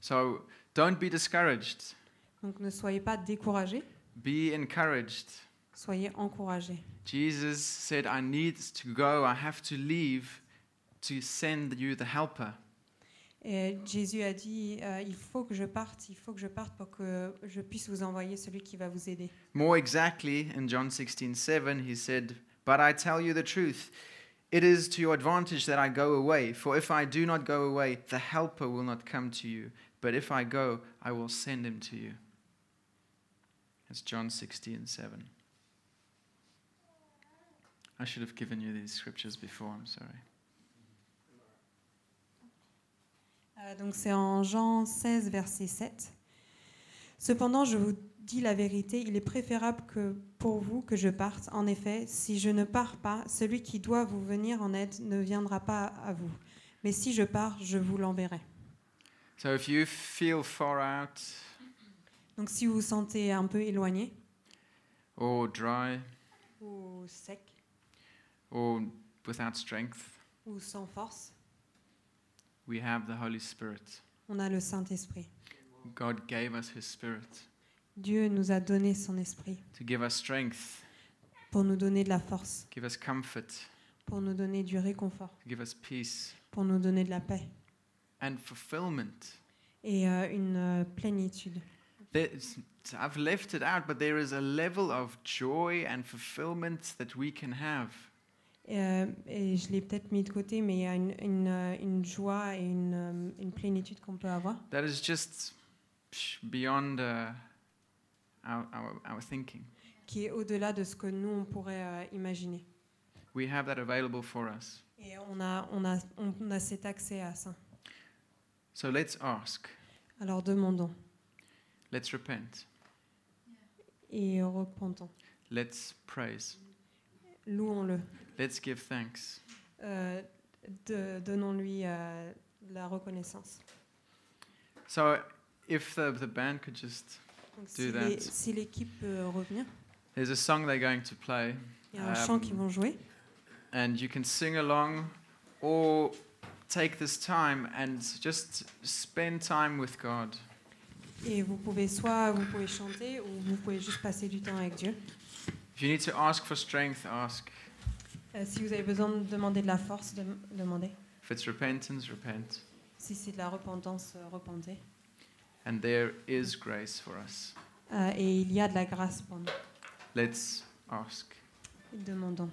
[SPEAKER 1] So, don't be discouraged,
[SPEAKER 2] Donc ne soyez pas découragés,
[SPEAKER 1] be encouraged.
[SPEAKER 2] soyez encouragés.
[SPEAKER 1] Jesus said, I need to go, I have to leave to send you the helper.
[SPEAKER 2] Et Jésus a dit, euh, il faut que je parte, il faut que je parte pour que je puisse vous envoyer celui qui va vous aider.
[SPEAKER 1] More exactly, in John 16:7, he said, But I tell you the truth, it is to your advantage that I go away, for if I do not go away, the Helper will not come to you, but if I go, I will send him to you. That's John 16:7. I should have given you these scriptures before, I'm sorry.
[SPEAKER 2] Euh, donc c'est en Jean 16, verset 7. Cependant, je vous dis la vérité, il est préférable que pour vous que je parte. En effet, si je ne pars pas, celui qui doit vous venir en aide ne viendra pas à vous. Mais si je pars, je vous l'enverrai.
[SPEAKER 1] So if you feel far out
[SPEAKER 2] Donc si vous vous sentez un peu éloigné
[SPEAKER 1] or dry
[SPEAKER 2] ou sec
[SPEAKER 1] or without strength,
[SPEAKER 2] ou sans force,
[SPEAKER 1] we have the Holy Spirit.
[SPEAKER 2] on a le Saint-Esprit.
[SPEAKER 1] God gave us his spirit
[SPEAKER 2] Dieu nous a donné son esprit
[SPEAKER 1] to give us strength.
[SPEAKER 2] pour nous donner de la force,
[SPEAKER 1] give us comfort, to
[SPEAKER 2] pour nous donner du réconfort,
[SPEAKER 1] give us peace
[SPEAKER 2] pour nous donner de la paix
[SPEAKER 1] and fulfillment.
[SPEAKER 2] et euh, une euh, plénitude.
[SPEAKER 1] There's, I've left it out, but there is a level of joy and fulfillment that we can have.
[SPEAKER 2] Et, euh, et je l'ai peut-être mis de côté, mais il y a une, une, euh, une joie et une, euh, une plénitude qu'on peut avoir
[SPEAKER 1] That is just psh, beyond uh, our, our, our thinking.
[SPEAKER 2] qui est au-delà de ce que nous, on pourrait euh, imaginer.
[SPEAKER 1] We have that available for us.
[SPEAKER 2] Et on a, on, a, on a cet accès à ça.
[SPEAKER 1] So let's ask,
[SPEAKER 2] Alors demandons
[SPEAKER 1] let's repent,
[SPEAKER 2] et repentons.
[SPEAKER 1] let's praise,
[SPEAKER 2] Louons-le.
[SPEAKER 1] let's give thanks.
[SPEAKER 2] Euh, de- Donnons-lui euh, de la reconnaissance.
[SPEAKER 1] So if the, the band could just,
[SPEAKER 2] Donc,
[SPEAKER 1] Do
[SPEAKER 2] si les-
[SPEAKER 1] that.
[SPEAKER 2] si l'équipe peut revenir,
[SPEAKER 1] there's a song they're going to play.
[SPEAKER 2] il y a un chant
[SPEAKER 1] Um,
[SPEAKER 2] qu'ils vont jouer.
[SPEAKER 1] and you can sing along or take this time and just spend time with God.
[SPEAKER 2] Et vous pouvez soit vous pouvez chanter ou vous pouvez juste passer du temps avec Dieu.
[SPEAKER 1] If you need to ask for strength, ask.
[SPEAKER 2] Euh, si vous avez besoin de demander de la force, dem- demandez.
[SPEAKER 1] If it's repentance, repent.
[SPEAKER 2] Si c'est de la repentance, euh, repentez.
[SPEAKER 1] And there is grace for us.
[SPEAKER 2] Euh, et il y a de la grâce pour nous.
[SPEAKER 1] Let's ask.
[SPEAKER 2] Demandons.